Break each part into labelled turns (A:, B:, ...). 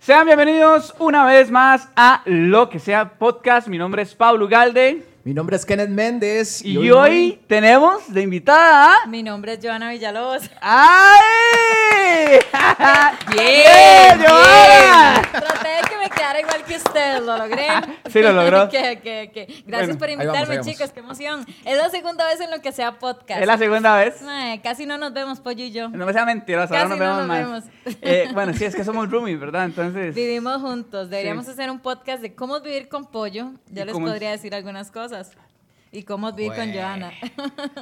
A: Sean bienvenidos una vez más a Lo que sea podcast. Mi nombre es Pablo Ugalde
B: Mi nombre es Kenneth Méndez.
A: y, hoy, tenemos de invitada a...
C: Mi nombre es Joana Villalobos.
A: ¡Ay!
C: Bien,
A: Joana! Ah,
C: Traté de que me quedara igual que ustedes, lo logré.
A: Sí, lo logró.
C: Que- que- que-
A: Bueno,
C: Gracias por
B: ahí
C: invitarme,
B: vamos, ahí vamos.
C: chicos, qué emoción. Es la segunda vez en lo que sea podcast.
A: Es la segunda vez.
C: Mae, casi no nos vemos, Pollo y yo.
A: No me sea mentirosa, ahora nos
C: Casi no
A: vemos más.
C: nos vemos.
A: Eh, bueno, sí, es que somos roomies, ¿verdad? Entonces...
C: Vivimos juntos. Deberíamos
A: Sí.
C: hacer un podcast de cómo vivir con Pollo. Yo
A: ¿Y
C: les
A: cómo es?
C: podría decir algunas cosas. Y cómo vivir con
B: Güey.
C: Joana.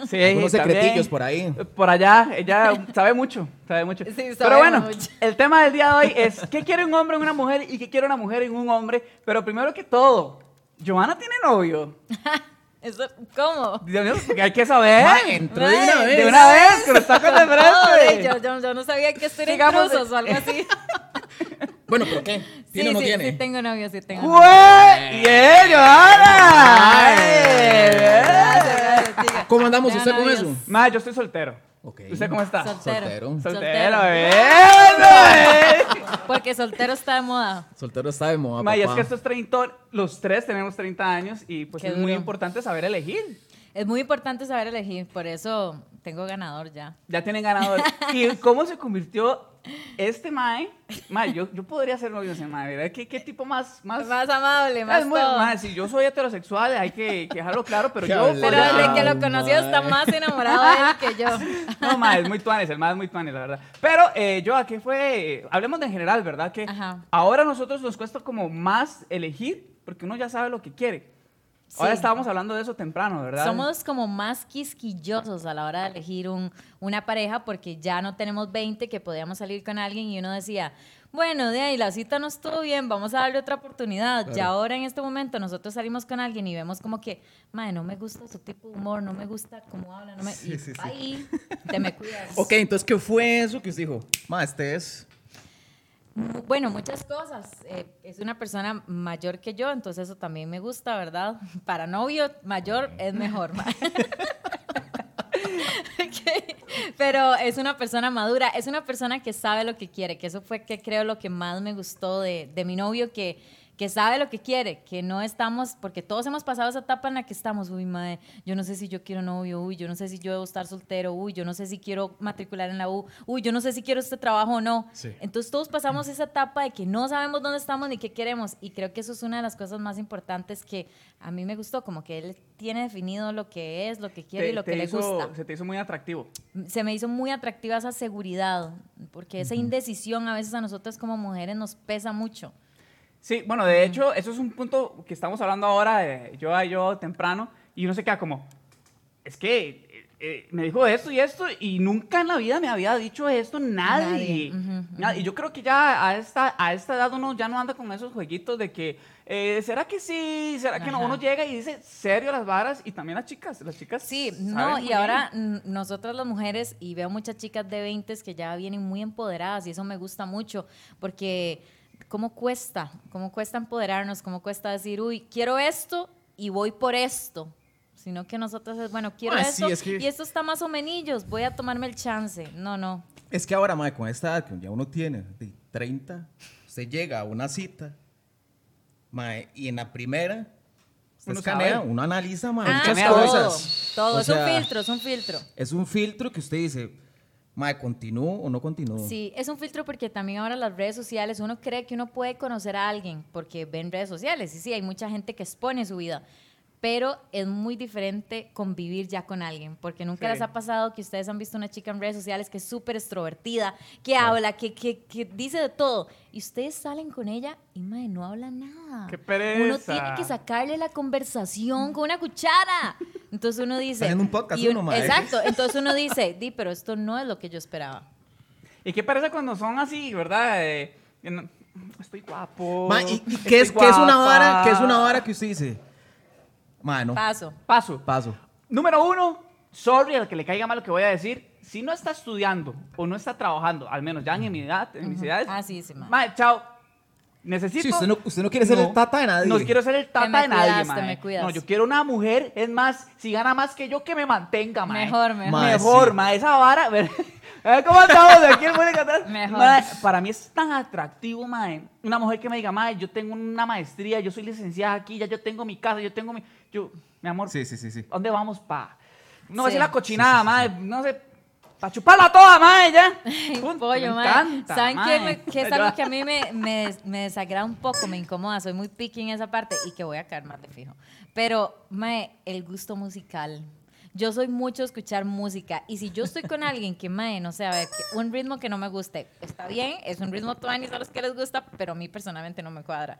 A: Sí,
C: eh,
B: Algunos
A: también.
B: secretillos por ahí.
A: Por allá, ella sabe mucho, sabe mucho.
C: Sí, sabe
A: pero bueno,
C: mucho.
A: el tema del día de hoy es qué quiere un hombre en una mujer y qué quiere una mujer en un hombre. Pero primero que todo, Joana tiene novio.
C: Eso- ¿Cómo?
A: Dios mío, porque hay que saber.
B: entró de una
C: Mae,
B: vez.
A: De una vez, que lo está con de
C: Pobre,
A: frente.
C: yo, yo- yo no sabía que esto era
A: Sigamos. eh,
C: intrusos o algo así.
B: Bueno, ¿pero qué? ¿Tiene
C: sí,
B: o no
C: sí,
B: tiene?
C: sí tengo novio, sí tengo novio.
A: ¡Jue- ¡Bien, Joana!
B: Ay.
A: Ay,
C: Gracias,
A: bien.
C: gracias, chica.
B: ¿Cómo andamos
C: Vean
B: usted con
C: novios.
B: eso?
A: Ma, yo estoy soltero.
B: Ok.
A: ¿Usted cómo está?
C: Soltero.
B: Soltero.
A: Soltero,
C: Soltero.
A: bien.
C: Porque soltero está de moda.
B: Soltero está de moda,
A: Ma, y es
B: papá.
A: que estos 30, los tres tenemos 30 años y pues
C: Qué
A: es muy
C: duro.
A: importante saber elegir.
C: Es muy importante saber elegir, por eso tengo ganador ya.
A: Ya tienen ganador. ¿Y cómo se convirtió este Mae? Mae, yo, yo podría ser novio de ese Mae, ¿verdad? ¿Qué, qué tipo más... más,
C: Más amable,
A: es
C: más
A: muy-
C: todo.
A: mae, si yo soy heterosexual, hay que, que dejarlo claro, pero
B: Qué
A: yo...
B: hablado.
C: Pero desde que
B: Ay,
C: lo conoció está
B: mae.
C: más enamorado de él que yo.
A: No, Mae, es muy tuanes, el Mae es muy tuanes, la verdad. Pero, eh, yo, ¿a qué fue? Hablemos de en general, ¿verdad? Que
C: Ajá.
A: ahora a nosotros nos cuesta como más elegir, porque uno ya sabe lo que quiere. Ahora
C: Sí.
A: estábamos hablando de eso temprano, ¿verdad?
C: Somos como más quisquillosos a la hora de elegir un- una pareja porque ya no tenemos 20 que podíamos salir con alguien y uno decía, bueno, de ahí la cita no estuvo bien, vamos a darle otra oportunidad. Ya ahora en este momento nosotros salimos con alguien y vemos como que, madre, no me gusta su tipo de humor, no me gusta cómo habla, no me... y ahí te me cuidas.
B: Ok, entonces, ¿qué fue eso que usted dijo? Ma, este es...
C: Mu- Bueno, muchas cosas. Eh, es una persona mayor que yo, entonces eso también me gusta, ¿verdad? Para novio mayor es mejor. ma. Ok. Pero es una persona madura, es una persona que sabe lo que quiere, que eso fue que creo lo que más me gustó de, de mi novio, que, que sabe lo que quiere, que no estamos, porque todos hemos pasado esa etapa en la que estamos, uy, madre, yo no sé si yo quiero novio, uy, yo no sé si yo debo estar soltero, uy, yo no sé si quiero matricular en la U, uy, yo no sé si quiero este trabajo o no.
B: Sí.
C: Entonces todos pasamos esa etapa de que no sabemos dónde estamos ni qué queremos y creo que eso es una de las cosas más importantes que a mí me gustó, como que él tiene definido lo que es, lo que quiere
A: Te-
C: y lo
A: te
C: que le
A: hizo-
C: gusta
A: Se te hizo muy atractivo.
C: se me hizo muy atractiva esa seguridad, porque esa indecisión a veces a nosotros como mujeres nos pesa mucho.
A: Sí, bueno, de hecho, eso es un punto que estamos hablando ahora, eh, yo a yo temprano, y uno se queda como, es que eh, eh, me dijo esto y esto, y nunca en la vida me había dicho esto nadie.
C: Nadie, ujú,
A: Nad- Y yo creo que ya a esta, a esta edad uno ya no anda con esos jueguitos de que, eh, ¿será que sí? ¿Será que no?
C: Ajá.
A: Uno llega y dice, serio las varas, y también las chicas, las chicas.
C: Sí,
A: saben
C: no,
A: muy
C: y
A: bien.
C: ahora mm, nosotras las mujeres, y veo muchas chicas de 20 que ya vienen muy empoderadas, y eso me gusta mucho, porque cómo cuesta, cómo cuesta empoderarnos, cómo cuesta decir, uy, quiero esto y voy por esto. Sino que nosotras es, bueno, quiero
B: Ah, sí,
C: esto
B: es que-
C: y esto está más o menos, voy a tomarme el chance. No, no.
B: Es que ahora, ma, con esta edad que ya uno tiene, de 30, usted llega a una cita, ma, y en la primera, usted
A: Uno
B: escanea,
A: sabe.
B: uno analiza, ma,
C: Ah,
B: muchas
A: escanea.
C: todo,
B: cosas.
C: todo,
B: O
C: es un
B: sea,
C: filtro, es un filtro.
B: Es un filtro que usted dice, ma, ¿continúo o no continúo?
C: Sí, es un filtro porque también ahora las redes sociales, uno cree que uno puede conocer a alguien porque ven redes sociales. Y sí, hay mucha gente que expone su vida. Pero es muy diferente convivir ya con alguien, porque nunca
A: Sí.
C: les ha pasado que ustedes han visto una chica en redes sociales que es súper extrovertida, que habla, que, que, que dice de todo, y ustedes salen con ella y madre, no habla nada.
A: ¡Qué
C: Uno
A: pereza!
C: tiene que sacarle la conversación con una cuchara. Entonces uno dice...
B: haciendo un podcast
C: y
B: uno, madre.
C: Exacto, entonces uno dice, di, pero esto no es lo que yo esperaba.
A: ¿Y qué parece cuando son así, verdad? Eh, en- estoy guapo.
B: Ma, ¿y, y
A: estoy
B: qué, es, qué es una vara,
A: guapa.
B: qué es una vara que usted dice? Ma, no,
C: Paso.
A: Paso.
B: paso.
A: Número uno, sorry al que le caiga mal lo que voy a decir. Si no está estudiando o no está trabajando, al menos ya en mi edad, en mis edades.
C: Ah, sí, sí, ma.
A: mae, chao. Necesito.
D: Sí, usted no- usted no quiere ser el tata de nadie.
A: No quiero ser el tata
C: me
A: de nadie,
C: cuidaste,
A: mae.
C: me cuidas.
A: No, yo quiero una mujer, es más, si gana más que yo, que me mantenga, mae.
C: Mejor, mejor.
D: Mae,
A: Mejor,
D: sí.
A: mae, esa vara. a ver, a ver ¿Cómo estamos de aquí el buen atrás?
C: Mejor.
A: Mae, para mí es tan atractivo, mae. Una mujer que me diga, mae, yo tengo una maestría, yo soy licenciada aquí, ya yo tengo mi casa, yo tengo mi. Yo, mi amor,
D: Sí, sí, sí, sí.
A: ¿a ¿dónde vamos, pa? No va a
C: Sí.
A: ser la cochinada, mae. No sé. Pa' chuparla toda, mae, ya. Punto,
C: Pollo,
A: me
C: mae.
A: encanta,
C: ¿Saben qué, me-
A: mae.
C: qué es algo que a mí me, me, des- me desagrada un poco, me incomoda? Soy muy picky en esa parte y que voy a caer más de fijo. Pero, mae, el gusto musical. Yo soy mucho de escuchar música y si yo estoy con alguien que, mae, no sé, a ver, que un ritmo que no me guste, está bien, es un ritmo 20 a los que les gusta, pero a mí personalmente no me cuadra.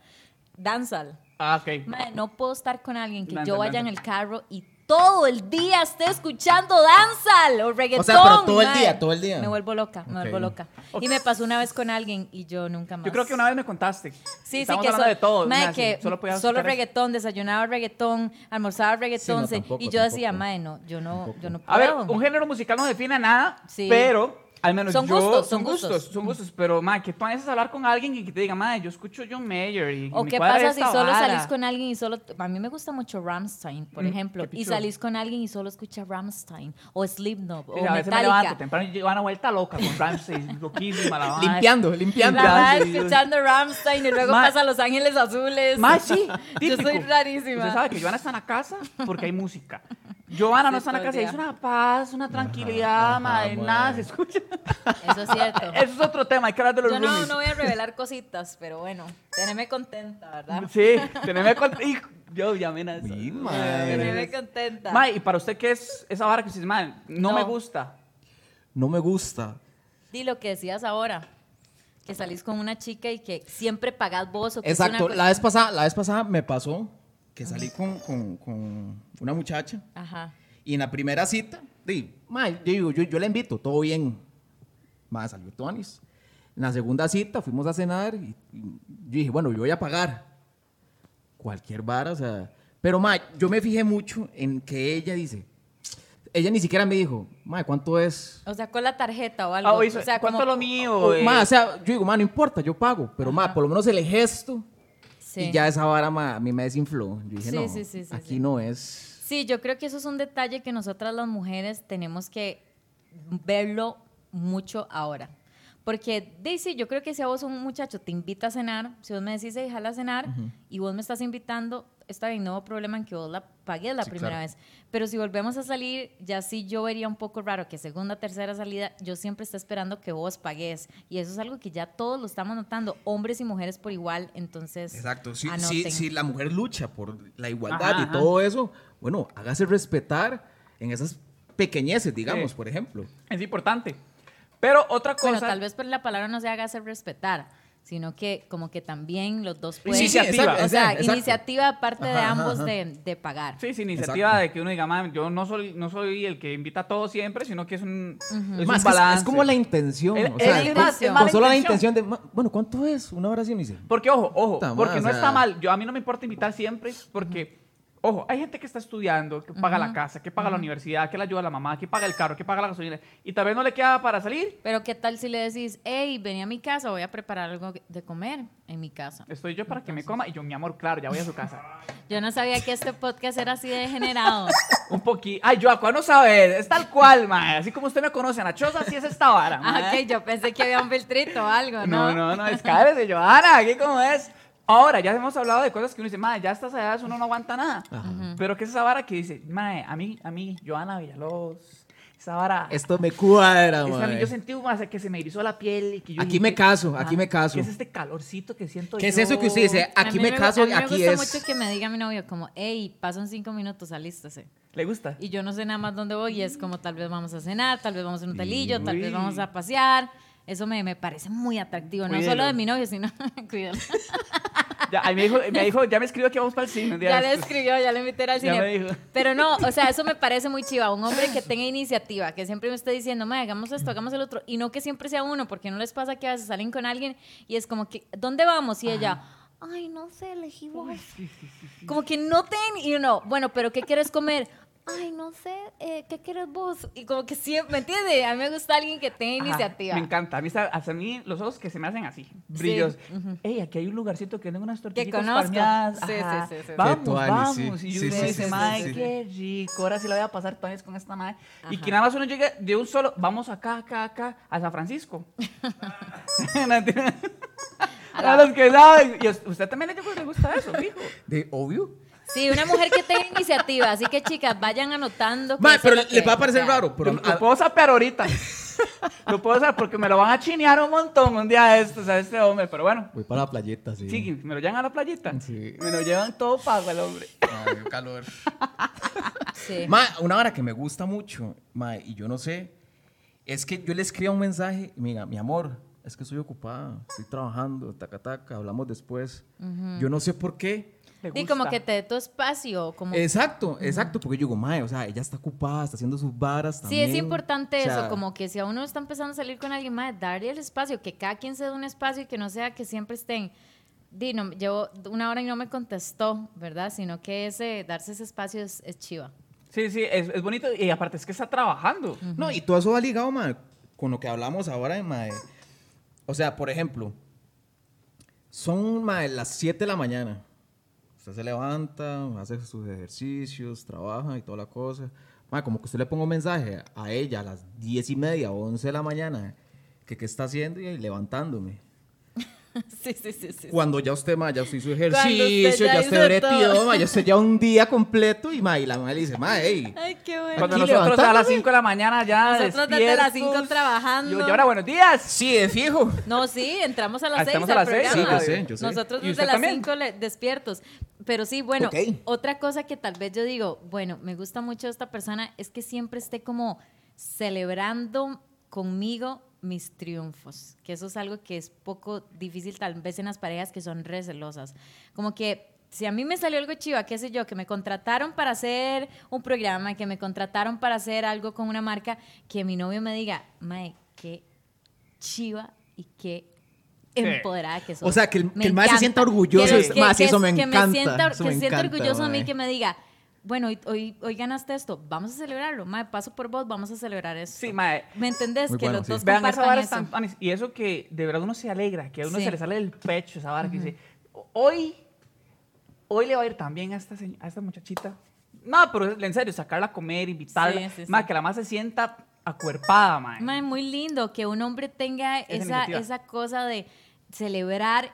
C: Danzal.
A: Ah, ok.
C: Mae, no puedo estar con alguien que
A: Danzal,
C: yo vaya en
A: danzal.
C: el carro y todo el día esté escuchando danzal o reggaetón.
D: pero todo el
C: mae.
D: día, todo el día.
C: Me vuelvo loca, me
D: Ok.
C: vuelvo loca. Y me pasó una vez con alguien y yo nunca más.
A: Yo creo que una vez me contaste.
C: Sí, sí,
A: Estamos
C: que,
A: hablando
C: so-
A: de todo.
C: mae,
A: una, sí,
C: que
A: solo
C: solo,
A: podías escuchar eso.
C: reggaetón, desayunaba reggaetón, almorzaba reggaetón.
D: no,
C: se-
D: tampoco,
C: y yo decía,
D: tampoco.
C: mae, no, yo no, yo no puedo.
A: A ver, un género musical no define nada,
C: Sí.
A: pero al menos
C: Son
A: yo...
C: gustos, son gustos.
A: Son gustos, pero, ma, que tú andes a hablar con alguien y que te diga, ma, yo escucho John Mayer y
C: O
A: me
C: qué
A: cuadra
C: pasa si
A: esta
C: solo
A: vara".
C: salís con alguien y solo... A mí me gusta mucho Rammstein, por
A: Mm,
C: ejemplo.
A: qué
C: Y
A: pichudo.
C: salís con alguien y solo escucha Rammstein. O Slipknot,
A: Sí,
C: o
A: a veces me levanto
C: Metallica.
A: temprano y llevo una vuelta loca con Ramsey, loquísima la vara.
D: Limpiando, limpiando.
C: La madre
A: sí,
C: escuchando Rammstein y luego
A: Ma-
C: pasa Los Ángeles Azules.
A: Ma, sí,
C: Yo
A: típico.
C: soy rarísima.
A: Usted sabe que Joana está en la casa porque hay música. Joana no
C: Sí,
A: está en la
C: todo el
A: casa y es
C: día.
A: una paz, una tranquilidad,
D: ajá,
A: ma,
D: ma.
A: nada se escucha.
C: Eso es cierto.
A: Eso es otro tema, hay que hablar de los
C: Yo no,
A: roomies.
C: no voy a revelar cositas, pero bueno, teneme contenta, ¿verdad?
A: Sí, teneme cuenta. Yo ya Eh, me nací.
D: Sí, mae.
C: Teneme contenta.
A: Mae, ¿y para usted qué es esa vara que usted dice, mae, no,
C: No.
A: me gusta?
D: No me gusta.
C: Di lo que decías ahora, que salís con una chica y que siempre pagás vos o que es una
D: Exacto.
C: cosa-
D: La vez, pasada, la vez pasada me pasó que salí con, con- con una muchacha
C: Ajá.
D: y en la primera cita, di, "Ma, yo, digo, yo, yo la invito, todo bien. Más salió Tuanis. En la segunda cita fuimos a cenar y, y yo dije, bueno, yo voy a pagar. Cualquier vara, o sea. Pero, ma, yo me fijé mucho en que ella dice, ella ni siquiera me dijo, ma, ¿cuánto es?
C: O sea, con la tarjeta o algo.
A: Ah, o hizo-
C: o sea,
A: ¿Cuánto
C: como-
A: es lo mío?
D: O,
A: eh?
D: ma, o sea, yo digo, ma, no importa, yo pago, pero, ma, por lo menos el gesto.
C: Sí.
D: Y ya esa vara ma, a mí me desinfló. Yo dije,
C: Sí,
D: no,
C: sí, sí, sí,
D: aquí
C: sí.
D: no es.
C: Sí, yo creo que eso es un detalle que nosotras las mujeres tenemos que verlo mucho ahora. Porque, Daisy, yo creo que si a vos un muchacho te invita a cenar, si vos me decís, hey, jala a cenar, y vos me estás invitando, está bien, no hubo problema en que vos la pagues la
D: Sí,
C: primera
D: claro.
C: vez. Pero si volvemos a salir, ya sí yo vería un poco raro que segunda, tercera salida, yo siempre estoy esperando que vos pagues. Y eso es algo que ya todos lo estamos notando, hombres y mujeres por igual, entonces
D: Exacto. Si,
C: anoten.
D: la mujer lucha por la igualdad
A: igualdad Ajá, y
D: y
A: ajá.
D: todo
A: todo
D: eso, bueno, hágase respetar en esas pequeñeces, digamos,
A: digamos, Sí.
D: por ejemplo.
A: Es importante. Pero otra cosa.
C: Bueno, tal vez por la palabra no se haga hacer respetar, sino que como que también los dos pueden...
A: sí, Iniciativa. exacto,
C: Pues o sea, iniciativa aparte de
D: Ajá, ajá,
C: ambos
D: ajá.
C: de, de pagar.
A: Sí, sí, iniciativa
D: Exacto.
A: de que uno diga, mae, yo no soy, no soy el que invita a todo siempre, sino que es un, es un
D: Más es
A: balance.
D: como la intención.
A: Es-
D: o
A: es-
D: sea,
A: es
C: más-
D: con-
C: es
D: con
A: mala
D: solo la
A: intención.
D: intención de, ma, bueno, ¿cuánto es? Una oración y dice.
A: Porque, ojo, ojo,
D: Puta,
A: porque
D: ma, o
A: no
D: sea-
A: está mal. Yo, a mí no me importa invitar siempre, porque, ojo, hay gente que está estudiando, que paga la casa, que paga la universidad, que le ayuda a la mamá, que paga el carro, que paga la gasolina, y tal vez no le queda para salir.
C: Pero qué tal si le decís, hey, vení a mi casa, voy a preparar algo de comer en mi casa.
A: Estoy yo para que me coma, y yo, mi amor, claro, ya voy a su casa.
C: Yo no sabía que este podcast era así de degenerado.
A: Un poquito. Ay, yo, acá no sabes, es tal cual, mae. Así como usted me conoce, Nachosa, así es esta vara, mae.
C: ah, ok, yo pensé que había un filtrito o algo, ¿no?
A: No, no, no, es cállese, Johanna, aquí como es. Ahora, ya hemos hablado de cosas que uno dice, madre, ya a estas edades uno no aguanta nada. Pero que es esa vara que dice, madre, a mí, a mí, Johanna Villalobos, esa vara.
D: Esto me cuadra,
A: esa-
D: ma.
A: yo sentí un- hasta que se me erizó la piel. Y que yo
D: Aquí
A: dije,
D: me
A: ¿qué-
D: caso, aquí me caso.
A: ¿Qué es este calorcito que siento
D: ¿Qué es
A: yo?
D: eso que usted dice?
C: A
D: Aquí
C: mí
D: me
C: gu-
D: caso,
C: a mí
D: aquí
C: Me gusta
D: es.
C: mucho que me diga mi novio como, hey, pasan cinco minutos, alístase.
A: ¿Le gusta?
C: y yo no sé nada más dónde voy y es como tal vez vamos a cenar, tal vez vamos a un hotelillo, tal vez
A: Uy.
C: vamos a pasear. Eso me, me parece muy atractivo, no
A: Cuídelo.
C: solo de mi novio, sino cuídalo.
A: Ya, ahí me dijo, me dijo, ya me escribió que vamos para el cine. un día
C: Ya
A: de
C: le
A: estos.
C: escribió, ya le invité
A: Ya
C: al cine.
A: me dijo.
C: Pero no, o sea, eso me parece muy chiva. Un hombre que tenga iniciativa, que siempre me esté diciendo, "Mae, hagamos esto, hagamos el otro. Y no que siempre sea uno, porque no les pasa que a veces salen con alguien y es como que, ¿dónde vamos? Y ella, ay, no sé, elegí vos. Como que no ten, y uno, bueno, pero ¿qué quieres comer? ay, no sé, eh, ¿qué quieres vos? Y como que siempre, ¿me entiendes? A mí me gusta alguien que tenga
A: Ajá,
C: iniciativa.
A: Me encanta. A mí, está- hasta a mí los ojos que se me hacen así, brillos. Ey, aquí hay un lugarcito que venden unas tortillitas
C: conozco.
A: palmeadas.
C: Sí,
A: Ajá.
C: sí, sí, sí, sí.
A: Vamos,
B: Qué tuanis,
A: vamos.
B: sí.
A: Y yo
B: Sí,
A: uno
B: sí,
A: dice,
C: sí,
A: mae,
C: sí, sí.
A: qué rico. Ahora sí la voy a pasar todas con esta madre. Y
C: Ajá.
A: que nada más uno llega de un solo, vamos acá, acá, acá, a San Francisco. No entiendo. a los que saben. Y a usted también le llegó- le gusta eso, fijo.
B: De obvio.
C: Sí, una mujer que tenga iniciativa. Así que, chicas, vayan anotando. qué
B: Mae,
C: es
B: pero
C: lo
B: le-
C: que-
B: les va a parecer
C: o sea,
B: raro. Pero
A: lo,
B: a-
A: lo puedo sapear ahorita. lo puedo sapear porque me lo van a chinear un montón un día de estos a este hombre. Pero bueno,
D: Voy para la playeta, sí.
A: sí, me lo llevan a la playita.
D: Sí.
A: Me lo llevan todo pago el hombre.
B: Ay, qué calor.
C: Sí.
B: Ma, una hora que me gusta mucho, ma, y yo no sé, es que yo le escribo un mensaje, y mira, mi amor, es que estoy ocupada, estoy trabajando, taca, taca, hablamos después. Yo no sé por qué.
A: Le
C: Y como
A: gusta.
C: que te dé tu espacio. Como...
B: Exacto,
D: Exacto, porque yo digo, mae, o sea, ella está ocupada, está haciendo sus varas
C: Sí,
D: también.
C: es importante
D: o sea,
C: eso, como que si a uno está empezando a salir con alguien más, darle el espacio, que cada quien se dé un espacio y que no sea que siempre estén, di, no, llevo una hora y no me contestó, ¿verdad? Sino que ese, darse ese espacio es, es chiva.
A: Sí, sí, es, es bonito. Y aparte es que está trabajando.
B: No, y todo eso va ligado, ma, con lo que hablamos ahora, ma, de- O sea, por ejemplo, son, ma, las 7 de la mañana. Usted se levanta, hace sus ejercicios, trabaja y toda la cosa. Ma, como que usted le ponga un mensaje a ella a las 10 y media o 11 de la mañana, que qué está haciendo y ahí, levantándome.
C: sí, sí, sí, sí.
B: Cuando ya usted, ma, ya usted hizo
C: Cuando usted
B: ejercicio,
C: ya
B: ya
C: hizo
B: usted breteó,
C: todo.
B: ma, ya usted ya un día completo y, ma, y la madre le dice, ma, hey,
C: Ay, qué bueno.
A: Cuando
B: Aquí
A: nosotros a las
B: levantándome.
A: 5 de la mañana ya
C: Nosotros desde las cinco
A: despiertos.
C: trabajando.
A: Yo, y ahora, buenos días.
B: sí, de fijo.
C: No, sí, entramos a las seis
A: Ah, Estamos
C: al
A: a las seis,
C: programa.
B: Sí, yo sé, yo sé.
C: Nosotros
A: ¿Y
C: desde
A: usted
C: las
A: también?
C: 5 despiertos. Pero sí, bueno,
B: Ok.
C: otra cosa que tal vez yo digo, bueno, me gusta mucho esta persona es que siempre esté como celebrando conmigo mis triunfos, que eso es algo que es poco difícil tal vez en las parejas que son recelosas. Como que si a mí me salió algo chiva, qué sé yo, que me contrataron para hacer un programa, que me contrataron para hacer algo con una marca, que mi novio me diga, "Mae, qué chiva y qué
A: Sí.
C: empoderada que soy.
D: O sea, que el-
C: Me
D: que el mae se
C: encanta.
D: sienta orgulloso,
C: Que-
D: es-
C: que-
D: mae, sí,
C: que-
D: eso me
C: que
D: encanta,
C: sienta-
D: eso
C: que
D: me
C: sienta
D: encanta,
C: orgulloso a mí
D: mae.
C: que me diga, bueno, hoy, hoy, hoy ganaste esto, vamos a celebrarlo, mae, paso por vos, vamos a celebrar esto.
A: Sí, mae.
C: ¿Me entendés?
D: Muy
C: que
D: bueno,
C: los
D: sí.
C: dos
A: Vean, esa
C: compartan
A: vara
C: eso.
A: está panis. Y eso que de verdad uno se alegra, que a uno
C: Sí.
A: se le sale del pecho esa vara, que dice, hoy, hoy le va a ir también a esta, señ- a esta muchachita. No, pero en serio, sacarla a comer, invitarla.
C: Sí, sí, sí.
A: Más que la más se sienta acuerpada, mae.
C: Mae, muy lindo que un hombre tenga esa,
A: iniciativa.
C: esa cosa de celebrar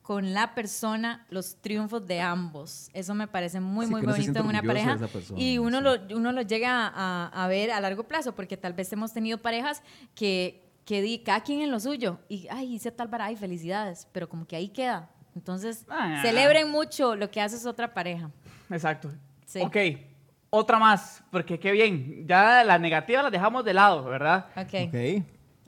C: con la persona los triunfos de ambos. Eso me parece muy,
D: Sí,
C: muy
D: que uno se
C: bonito
D: sienta
C: en una
D: orgulloso de
C: pareja.
D: esa persona,
C: y uno,
D: sí.
C: lo, uno lo llega a, a ver a largo plazo, porque tal vez hemos tenido parejas que, que di cada quien en lo suyo. Y, ay, hice tal para, ay, felicidades. Pero como que ahí queda. Entonces,
A: Ah.
C: celebren mucho lo que hace es otra pareja.
A: Exacto.
C: Sí.
A: Ok, otra más, porque qué bien. Ya la negativa la dejamos de lado, ¿verdad?
C: Ok.
D: Ok.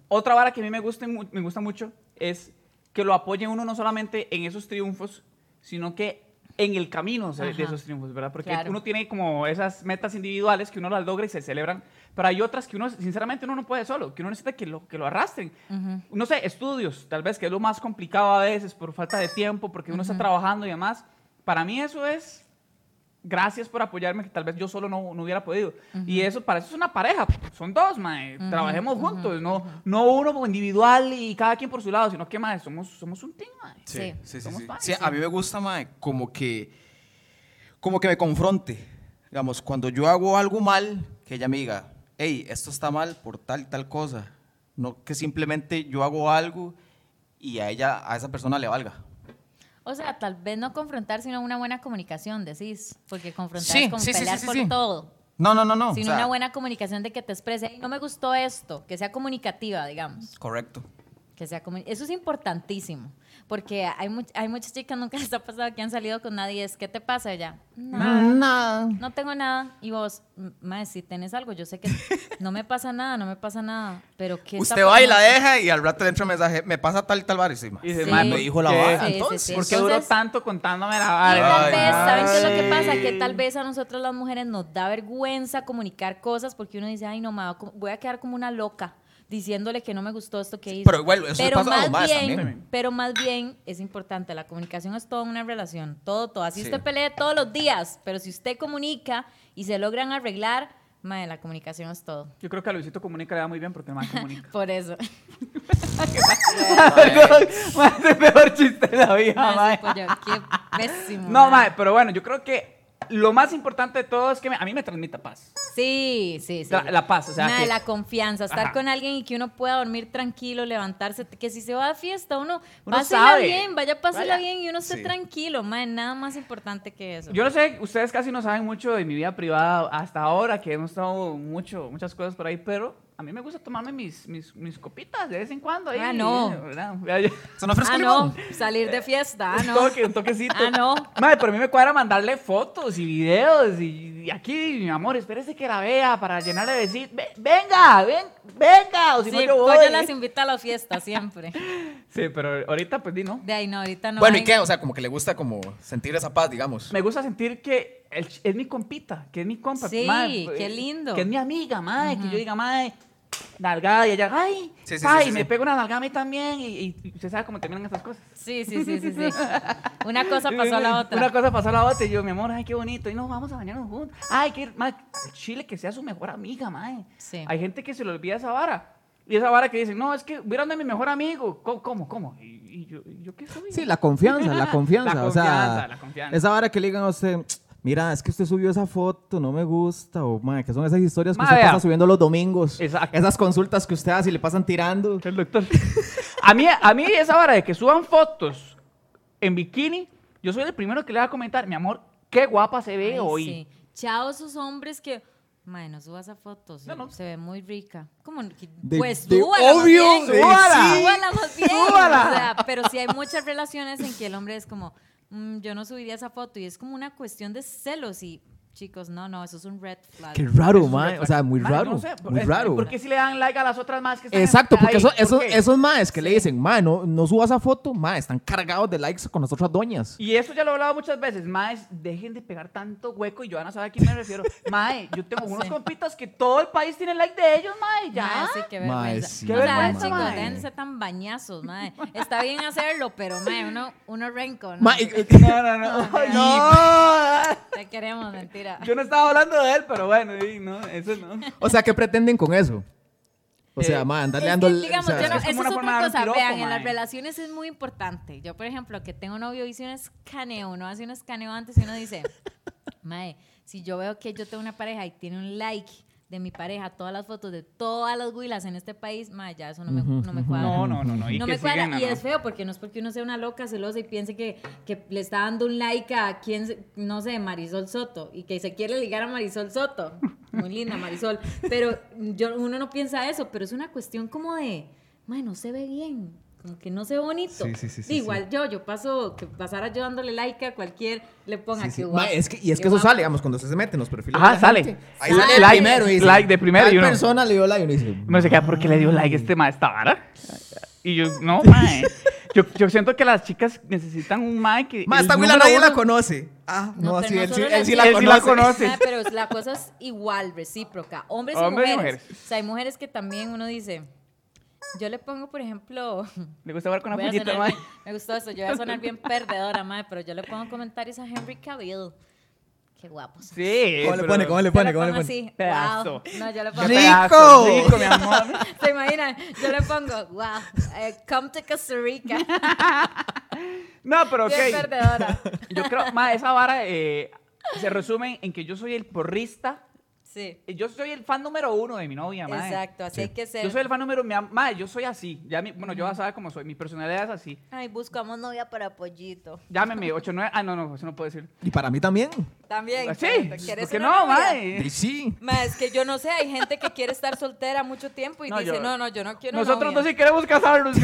A: Otra vara que a mí me gusta, mu- me gusta mucho es que lo apoye uno no solamente en esos triunfos, sino que en el camino se-
C: Ajá.
A: de esos triunfos, ¿verdad? Porque
C: Claro.
A: uno tiene como esas metas individuales que uno las logra y se celebran, pero hay otras que uno, sinceramente, uno no puede solo, que uno necesita que lo, que lo arrastren. No sé, estudios, tal vez, que es lo más complicado a veces por falta de tiempo, porque uno está trabajando y demás. Para mí eso es gracias por apoyarme, que tal vez yo solo no, no hubiera podido. Y eso, para eso es una pareja, pues, son dos, mae, trabajemos juntos, no, no uno como individual y cada quien por su lado, sino que, mae, somos, somos un team, mae.
C: Sí.
E: Sí, sí, sí.
A: Somos
E: sí.
A: pares,
E: Sí, a
A: sí.
E: mí me gusta, mae, como que, como que me confronte. Digamos, cuando yo hago algo mal, que ella me diga, hey, esto está mal por tal y tal cosa. No que simplemente yo hago algo y a ella, a esa persona le valga.
C: O sea, tal vez no confrontar, sino una buena comunicación, decís. Porque confrontar
E: Sí,
C: es como
E: sí, sí,
C: pelear
E: sí, sí,
C: por
E: sí.
C: todo.
E: No, no, no, no.
C: sino
E: o sea,
C: una buena comunicación de que te exprese, "Ey, no me gustó esto, que sea comunicativa, digamos.
E: Correcto.
C: Que sea comuni- Eso es importantísimo, porque hay, much- hay muchas chicas, nunca les ha pasado que han salido con nadie, es, ¿qué te pasa ya? Nada. No tengo nada. Y vos, "M- mae, si tenés algo, yo sé que no me pasa nada, no me pasa nada, pero ¿qué está
E: Usted ¿eh? va y la
C: pasando?"
E: deja y al rato le entra un mensaje, me pasa tal y tal bar. Y sí, mae.
A: Y dice,
C: Sí.
A: mae,
E: Me
A: ¿por
E: dijo la
A: qué?
E: vara,
C: Sí, sí,
E: entonces.
C: sí.
A: ¿Por qué
C: Entonces-
A: duró tanto contándome la
C: Y tal
A: vara?
E: Ay,
C: vez, ¿saben qué es lo que
E: sí.
C: pasa? Que tal vez a nosotros las mujeres nos da vergüenza comunicar cosas porque uno dice, ay, no, ma, voy a quedar como una loca. diciéndole que no me gustó esto que hizo.
E: Pero igual, eso le
C: Pero
E: pasa a los
C: más
E: más
C: bien,
E: también.
C: pero más bien es importante, la comunicación es toda una relación, todo, todo. Así
E: Sí.
C: usted pelea todos los días, pero si usted comunica y se logran arreglar, madre, la comunicación es todo.
A: Yo creo que a Luisito Comunica le da muy bien porque el man comunica.
C: Por eso.
A: Mae, es el peor chiste de la
E: Ah,
A: vida,
C: Mae,
A: mae.
C: ese pollo, qué pésimo.
A: No,
C: pues mae.
A: mae, pero bueno, yo creo que lo más importante de todo es que me- a mí me transmita paz.
C: Sí, sí, sí.
A: La- la paz, o sea,
C: Mae,
A: que-
C: la confianza, estar
A: Ajá.
C: con alguien y que uno pueda dormir tranquilo, levantarse, que si se va a fiesta uno,
A: Uno
C: pásela
A: sabe.
C: bien, vaya pásela
A: Vaya.
C: bien y uno esté
E: Sí.
C: tranquilo, mae, nada más importante que eso.
A: Yo no sé, ustedes casi no saben mucho de mi vida privada hasta ahora, que hemos estado mucho, muchas cosas por ahí, pero a mí me gusta tomarme mis, mis, mis copitas de vez en cuando. ahí,
C: Ah, no.
A: ¿verdad? Ya, ya.
E: ¿Se no ofrece
C: ah,
E: limón?
C: no, salir de fiesta, ah,
A: Un
C: no.
A: toque, un toquecito.
C: Ah, no.
A: Madre, pero a mí me cuadra mandarle fotos y videos y, y aquí, mi amor, espérese que la vea para llenarle de decir, "Ve- venga, ven, venga, o si
C: Sí,
A: no yo voy.
C: Pollo las invita a la fiesta siempre.
A: Sí, pero ahorita pues di no.
C: De ahí no, ahorita no.
D: bueno,
C: hay-
D: ¿y qué? O sea, como que le gusta como sentir esa paz, digamos.
A: Me gusta sentir que el ch- es mi compita, que es mi compa.
C: Sí,
A: mae,
C: qué
A: eh,
C: lindo.
A: Que es mi amiga, madre, que yo diga, madre, nalgada y ella, ay,
E: Sí, sí, sí,
A: ay,
E: sí,
A: me
E: sí.
A: pego una nalgada a mí también y, y usted sabe cómo terminan estas cosas.
C: Sí, sí, sí, sí, sí. Una cosa pasó a la otra.
A: Una cosa pasó a la otra y yo, mi amor, ay, qué bonito. Y nos vamos a bañarnos juntos. Ay, que, mae, al chile que sea su mejor amiga, mae.
C: Sí.
A: Hay gente que se le olvida esa vara. Y esa vara que dicen, no, es que voy a ir a mi mejor amigo. ¿Cómo, cómo? cómo? Y, y yo, y yo, ¿qué soy?
D: Sí, la confianza, la confianza.
A: La
D: o sea,
A: confianza, la confianza.
D: Esa vara que le digan a usted, mira, es que usted subió esa foto, no me gusta, o madre, que son esas historias que
A: Ma,
D: usted
A: vea.
D: pasa subiendo los domingos.
A: Exacto.
D: Esas consultas que usted hace y le pasan tirando.
A: El doctor. A mí, a mí esa vara de que suban fotos en bikini, yo soy el primero que le va a comentar, mi amor, qué guapa se ve
C: Ay,
A: hoy.
C: sí. Chao esos hombres que... Mae, no subas a fotos.
A: No, no.
C: Se ve muy rica. Como, que-
D: De-
C: pues
D: de
C: súbala más
D: obvio,
C: bien,
D: de
C: súbala,
D: sí.
C: súbala más bien.
A: Súbala.
C: O sea, pero sí hay muchas relaciones en que el hombre es como, "Mm, yo no subiría esa foto. Y es como una cuestión de celos. Y chicos, no, no, eso es un red flag.
D: Qué raro,
A: Eso es
D: madre.
A: red flag.
D: O sea, muy
A: Mae,
D: raro.
A: no sé,
D: muy
A: es-
D: raro.
A: ¿Por qué si le dan like a las otras más que están
D: Exacto, porque
A: ahí?
D: eso,
A: ¿Por
D: esos,
A: qué?
D: esos maes que le dicen, ma, no, no suba esa foto, ma, están cargados de likes con las otras doñas.
A: Y eso ya lo he hablado muchas veces, Mae, dejen de pegar tanto hueco y yo van a saber a quién me refiero. Mae, yo tengo unos
C: Sí.
A: compitas que todo el país tiene like de ellos, Mae, ya.
C: Mae, sí, qué
D: Mae,
C: vergüenza.
D: sí,
A: Qué
C: o sea,
A: vergüenza,
C: chicos,
A: mae.
C: déjense tan bañazos, mae. Está bien hacerlo, pero mae, uno, uno renco, ¿no?
D: Ma, y-
A: No, no, no.
C: Ay,
A: no.
C: Te queremos, mentira.
A: Yo no estaba hablando de él, pero bueno, y no, eso no.
D: o sea, ¿qué pretenden con eso? O
A: Eh,
D: sea, ma, andarle
C: Es
D: dando...
C: que, digamos,
D: o sea,
C: yo no,
A: es como
C: eso
A: una
C: es
A: forma de
C: otra
A: dar un
C: cosa.
A: piropo,
C: Vean, en las
A: mae.
C: relaciones es muy importante. Yo, por ejemplo, que tengo novio, hice un escaneo. Uno hace un escaneo antes y uno dice, mae, si yo veo que yo tengo una pareja y tiene un like de mi pareja, todas las fotos de todas las huilas en este país, mae, ya eso no me, no me cuadra.
A: No, no, no, no. Y
C: no
A: que
C: me cuadra.
A: sigan, no,
C: y
A: no.
C: es feo porque no es porque uno sea una loca celosa y piense que, que le está dando un like a quien, se- no sé, Marisol Soto y que se quiere ligar a Marisol Soto. Muy linda Marisol. Pero yo, uno no piensa eso, pero es una cuestión como de, bueno, no se ve bien. Como que no se ve bonito.
D: Sí, sí, sí, sí,
C: Igual yo, yo paso, que pasara yo dándole like a cualquier, le ponga
D: Sí, sí.
C: que
D: Ma,
C: guapo,
D: es que, y es
C: Ah, qué
D: que eso
C: guapo.
D: sale, digamos, cuando usted se mete en los perfiles.
A: Ajá,
D: de la
A: sale.
D: gente.
E: Ahí sale
D: el
A: Like,
D: primero. y dice,
A: like de primero
D: Tal
A: y uno.
D: persona le dio like y uno dice... "Mm,
A: No sé qué, ¿por qué le dio like este mae esta vara? Y yo, no, mae. Yo, yo siento que las chicas necesitan un mae que.
D: Ma,
A: el
D: esta güila
A: número
D: nadie la
A: uno-
D: conoce. Ah,
C: No,
D: no,
C: pero
D: sí,
C: no
D: él, sí,
C: solo la
D: él sí la
A: él sí la
D: conoce.
A: conoce.
C: Ah, pero es- la cosa es igual, recíproca. Hombres,
A: Hombres
C: y
A: y
C: mujeres. O sea, hay mujeres que también uno dice. Yo le pongo, por ejemplo.
A: Le gusta hablar con
C: voy
A: una
C: a
A: puñita,
C: sonar
A: mae.
C: bien- me gustó eso. Yo voy a sonar bien perdedora, madre, pero yo le pongo comentarios a Henry Cavill. Qué guapos.
A: Sí.
D: ¿Cómo le
A: pero-
D: pone? ¿Cómo le
C: Yo
D: pone? ¿Cómo le
C: pongo
D: pone?
C: así,
A: Pedazo.
C: wow. No, yo le
A: Qué
C: pongo.
A: pedazo, ¡Rico! mi amor.
C: ¿Se imaginan? Yo le pongo, wow, eh, come to Costa Rica.
A: No, pero ok.
C: Bien perdedora.
A: Yo creo, mae, esa vara eh, se resume en que yo soy el porrista.
C: Sí.
A: Yo soy el fan número uno de mi novia, mae.
C: Exacto, así hay que ser.
A: Yo soy el fan número mi am- mae, yo soy así. Ya mi- bueno, yo ya sabes cómo soy. Mi personalidad es así.
C: Ay, buscamos novia para pollito.
A: Llámeme 89. Ah, no, no, eso no puedo decir.
D: Y para mí también.
C: También.
A: Sí.
C: ¿quieres
A: Porque
C: una
A: no,
C: novia?
A: mae.
D: Y sí.
C: Ma, es que yo no sé, hay gente que quiere estar soltera mucho tiempo y
A: No,
C: dice,
A: yo-
C: no, no, yo no quiero
A: Nosotros no
C: novia".
A: sí queremos casarnos.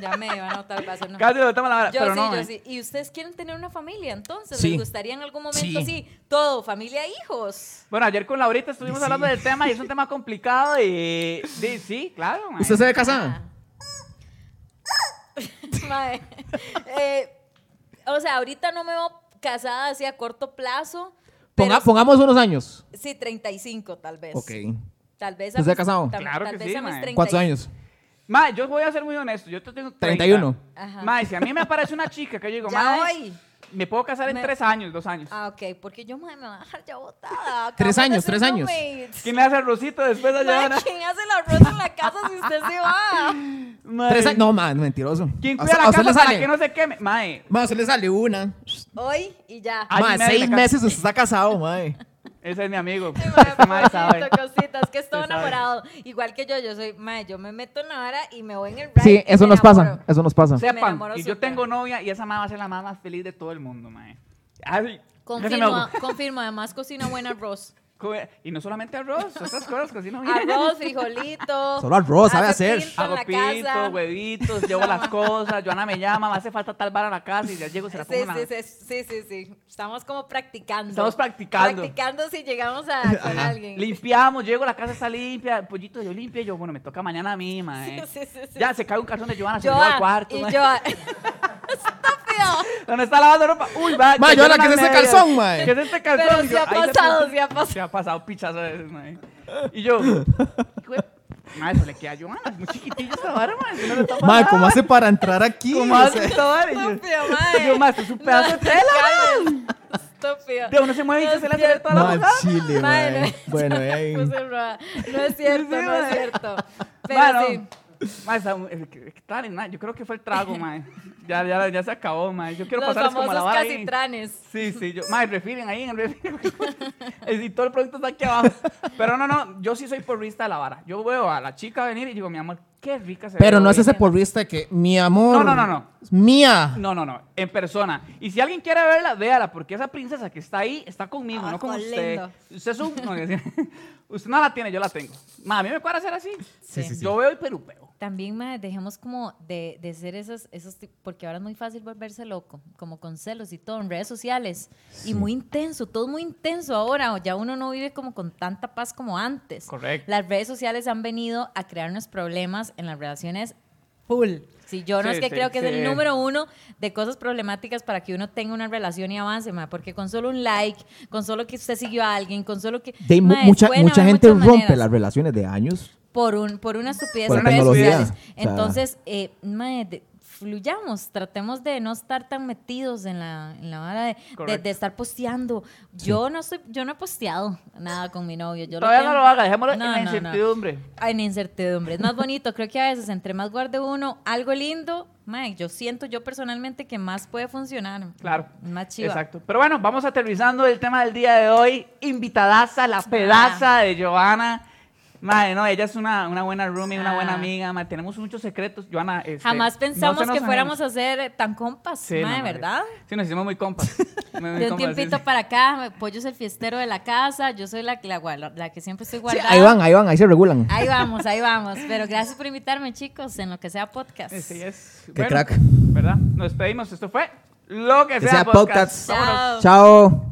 C: Ya me iba a notar, va a ser una-
A: Casi lo toma la vara,
C: Yo
A: pero
C: sí,
A: no. eh.
C: yo
A: mae.
C: sí. ¿Y ustedes quieren tener una familia entonces?
D: Sí.
C: ¿Les gustaría en algún momento
D: Sí.
C: sí. Todo, familia, hijos.
A: Bueno, ayer con Laurita estuvimos
D: Sí.
A: hablando del tema y es un tema complicado y sí, sí, claro. mae.
D: ¿Usted se ve
C: Ah.
D: casada?
C: Mae, eh, o sea, ahorita no me veo casada así a corto plazo. Pero
D: Ponga- pongamos unos años.
C: Sí, 35 tal vez.
D: Ok.
C: Tal vez.
D: ¿Usted
C: a mis-
D: está casado?
C: tal-
A: Claro
C: tal
A: que
C: vez
A: sí,
C: a mis
A: mae.
C: 30 y-
D: ¿Cuántos años?
A: Ma, yo voy a ser muy honesto. Yo te tengo 30.
D: 31.
C: Ajá.
A: Ma, si a mí me aparece una chica que yo digo,
C: Ya
A: ma,
C: voy.
A: me puedo casar en
C: Me-
A: tres años, dos años.
C: Ah, ok, porque yo mae, me voy a dejar ya botada.
D: Tres
C: Acabamos de
D: años,
C: ser
D: tres años.
C: roommates.
A: ¿Quién le hace el rosito después de
C: Mae,
A: llevar?
C: ¿Quién hace el arroz en la casa si usted se va?
D: Tres años. No, man, mentiroso.
A: ¿Quién cuida
D: A usted-
A: la
D: a usted
A: casa
D: le
A: para
D: sale-
A: que no se queme? eh, Mae,
D: Ma, a usted le sale una.
C: Hoy y ya.
A: Año y
D: Ma,
A: medio
D: seis
A: de ca-
D: meses usted está casado, mae.
A: ese es mi amigo.
C: Sí, mae,
A: Este mae sabe.
C: pobrecito, cositas, que es todo
A: Se sabe.
C: enamorado. Igual que yo, yo soy, mae, yo me meto en la vara y me voy en el
D: Sí,
C: ride y
D: eso
C: me
D: nos
C: enamoro.
D: pasa. Eso nos pasa.
C: me
A: Sepan
C: enamoro
A: que yo
C: súper.
A: tengo novia y esa mae va a ser la mae más feliz de todo el mundo, mae. Ay, ya se me
C: Confirmo,
A: ahogó.
C: confirmo, además cocina buen arroz.
A: Come- Y no solamente arroz, otras cosas cocino bien.
C: Arroz, frijolito.
D: Solo arroz, sabe
C: hace
D: hacer.
C: pinto en
A: Hago
C: la casa.
A: pito, huevitos, llevo las cosas, Joana me llama, me hace falta tal vara a la casa y ya llego y se la pongo
C: Sí,
A: en la-
C: sí, sí, sí, sí, sí. Estamos como practicando.
A: Estamos practicando.
C: Practicando si llegamos a con alguien.
A: Limpiamos, llego, la casa está limpia, el pollito yo limpia, y yo, bueno, me toca mañana a mí, mae.
C: Sí, sí, sí.
A: Ya, se cae un calzón de Joana, se lo
C: Joa,
A: lleva al cuarto,
C: Y
A: mae.
C: Joa. Tá Estúpido.
A: ¿Dónde está lavando ropa? Uy, va.
D: Ma,
A: que
D: Joana,
A: llegan
D: ¿qué es
A: las
D: ese
A: medias.
D: calzón, mae?
A: ¿Qué es este calzón?
C: Pero
A: Y
C: se ha
A: "Ay, de
C: pasado,
A: puta".
C: se ha pasado.
A: Se ha pasado pichazo a veces, mae. Y yo, "Jue- mae, eso le queda a Joana, es muy chiquitilla esta vara, mae. eso no le está
D: Ma,
A: pasando".
D: ¿cómo hace para entrar aquí?
A: ¿Cómo
D: O
A: hace
D: sea,
A: esta
C: tá
A: vara? Y yo-
C: Estúpido, mae.
A: y yo, mae, esto es un pedazo de tela, mae.
C: Estúpido.
A: De uno se mueve y se le hace toda la
D: Ma,
A: bocada.
D: chile,
C: Mae, no
D: mae.
C: es-
D: Bueno, eh.
C: Puse roa. No es cierto,
A: Sí,
C: no es
A: mae.
C: cierto. Pero
A: Mano,
C: sí.
A: mae, está muy- eh, ¿qué- qué tal, mae? Yo creo que fue el trago, mae. Ya, ya, ya se acabó, mae. Yo quiero
C: Los
A: pasarles como la
C: famosos
A: vara ahí.
C: casitranes.
A: Sí, sí, yo, mae, refieren ahí en el refiren. y todo el producto está aquí abajo. Pero no, no, yo sí soy porrista de la vara. Yo veo a la chica venir y digo, mi amor, qué rica se ve.
D: Pero no
A: hoy".
D: es ese porrista que, mi amor.
A: No, no, no, no.
D: Mía.
A: No, no, no, en persona. Y si alguien quiere verla, véala, porque esa princesa que está ahí está conmigo,
C: Ah,
A: no con
C: está
A: usted.
C: lindo.
A: Usted es un. no, es- usted no la tiene, yo la tengo. Ma, a mí me cuadra hacer así.
C: Sí, sí,
A: Yo veo y perupeo.
C: También, mae, dejemos como de, de ser esos, esos tip- porque ahora es muy fácil volverse loco, como con celos y todo, en redes sociales. Y muy intenso, todo es muy intenso ahora, o ya uno no vive como con tanta paz como antes.
A: Correcto.
C: Las redes sociales han venido a crearnos problemas en las relaciones full. Si yo no
A: Sí,
C: es que
A: sí,
C: creo que es
A: sí.
C: el número uno de cosas problemáticas para que uno tenga una relación y avance, mae, porque con solo un like, con solo que usted siguió a alguien, con solo que...
D: De- mu-
C: mae,
D: mucha
C: pueden
D: mucha
C: haber
D: gente
C: muchas
D: rompe
C: maneras
D: las relaciones de años.
C: por, un, por una estupidez
D: Por
C: en
D: la
C: redes
D: tecnología,
C: sociales.
D: o sea.
C: Entonces, eh, mae, de- fluyamos, tratemos de no estar tan metidos en la, en la vara de, de-
A: Correcto.
C: de estar posteando. Yo no estoy, yo no he posteado nada con mi novio. Yo
A: Todavía no
C: tengo-
A: lo haga, dejémoslo
C: No,
A: en la
C: no, no.
A: incertidumbre.
C: En incertidumbre. Es más bonito. Creo que a veces, entre más guarde uno algo lindo, mae, yo siento yo personalmente que más puede funcionar.
A: Claro.
C: Más chiva.
A: Exacto. Pero bueno, vamos aterrizando el tema del día de hoy. Invitadaza, la pedaza
C: Ah.
A: de Joana. Madre, no, ella es una, una buena roomie, una buena
C: Ah.
A: amiga. madre, tenemos muchos secretos, Joana. este,
C: Jamás
A: no
C: pensamos
A: se nos
C: que fuéramos
A: enoje.
C: a ser tan compas,
A: Sí,
C: mae,
A: no, madre.
C: ¿verdad?
A: Sí, nos hicimos muy compas. Muy, muy
C: De
A: compas,
C: un
A: sí,
C: tiempito
A: sí.
C: para acá, Pollo es el fiestero de la casa, yo soy la, la, gua- la que siempre estoy
D: Sí,
C: guardada.
D: ahí van, ahí van, ahí se regulan.
C: Ahí vamos, ahí vamos. Pero gracias por invitarme, chicos, en lo que sea podcast.
A: Sí, sí, es.
D: Qué crack.
A: ¿Verdad? Nos despedimos. Esto fue Lo que,
D: Que sea podcast.
A: Vámonos.
C: Chao.
D: Chao.